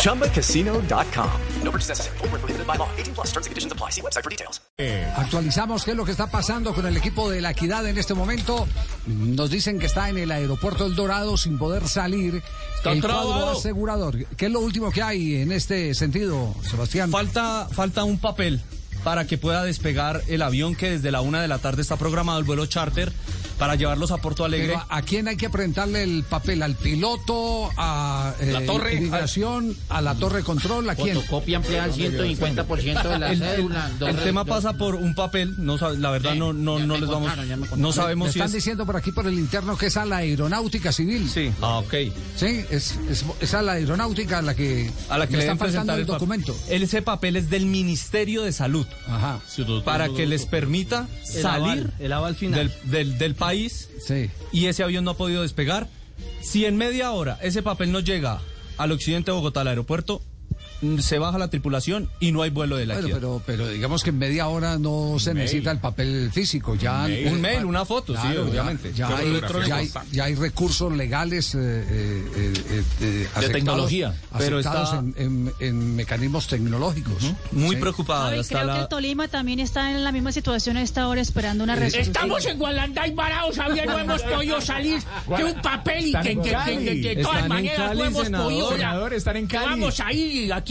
ChumbaCasino.com. No purchase necessary. Void where prohibited by law. 18 plus terms and conditions apply. See website for details. Actualizamos qué es lo que está pasando con el equipo de la Equidad en este momento. Nos dicen que está en el aeropuerto El Dorado sin poder salir. Está el trabado. cuadro asegurador. ¿Qué es lo último que hay en este sentido, Sebastián? Falta, falta un papel para que pueda despegar el avión que desde la una de la tarde está programado el vuelo charter para llevarlos a Porto Alegre. Pero, ah, ¿a- ¿A quién hay que presentarle el papel? ¿Al piloto? ¿A La torre, Migración, ¿A la torre control? ¿A quién? Fotocopia amplía al 150% de la El, el- cédula. el tema pasa por un papel, no, sab- la verdad Sí, no, no, ya no me les vamos, contaron, ya me contaron. no Me sabemos si están es... diciendo por aquí, por el interno, que es a la aeronáutica civil. Sí, ah, ok. Sí, es, es, es a la aeronáutica a la que, A la que le le están deben faltando presentar el el papel. documento. Ese papel es del Ministerio de Salud. Ajá, para que les permita salir aval, el aval final. Del, del- del país sí. y ese avión no ha podido despegar. Si en media hora ese papel no llega al occidente de Bogotá, al aeropuerto, mm, se baja la tripulación y no hay vuelo de la Bueno, Equidad. pero, pero digamos que en media hora no se necesita el papel físico. Ya, Ah, Un mail, una foto, sí, Claro, ya- obviamente. Ya, hay, ya hay- ya hay recursos legales eh, eh, eh, eh, eh, aceptados- tecnología. Pero aceptados está- en, en- en mecanismos tecnológicos. Muy Sí. preocupada. Javi, está creo la- que el Tolima también está en la misma situación a esta hora esperando una respuesta. Estamos en Gualanday varados, todavía no hemos podido salir de un papel y que, que- que- que- que de todas Están en maneras Cali, no hemos senador. podido. ya. Senador, están en Cali. Vamos ahí, aquí,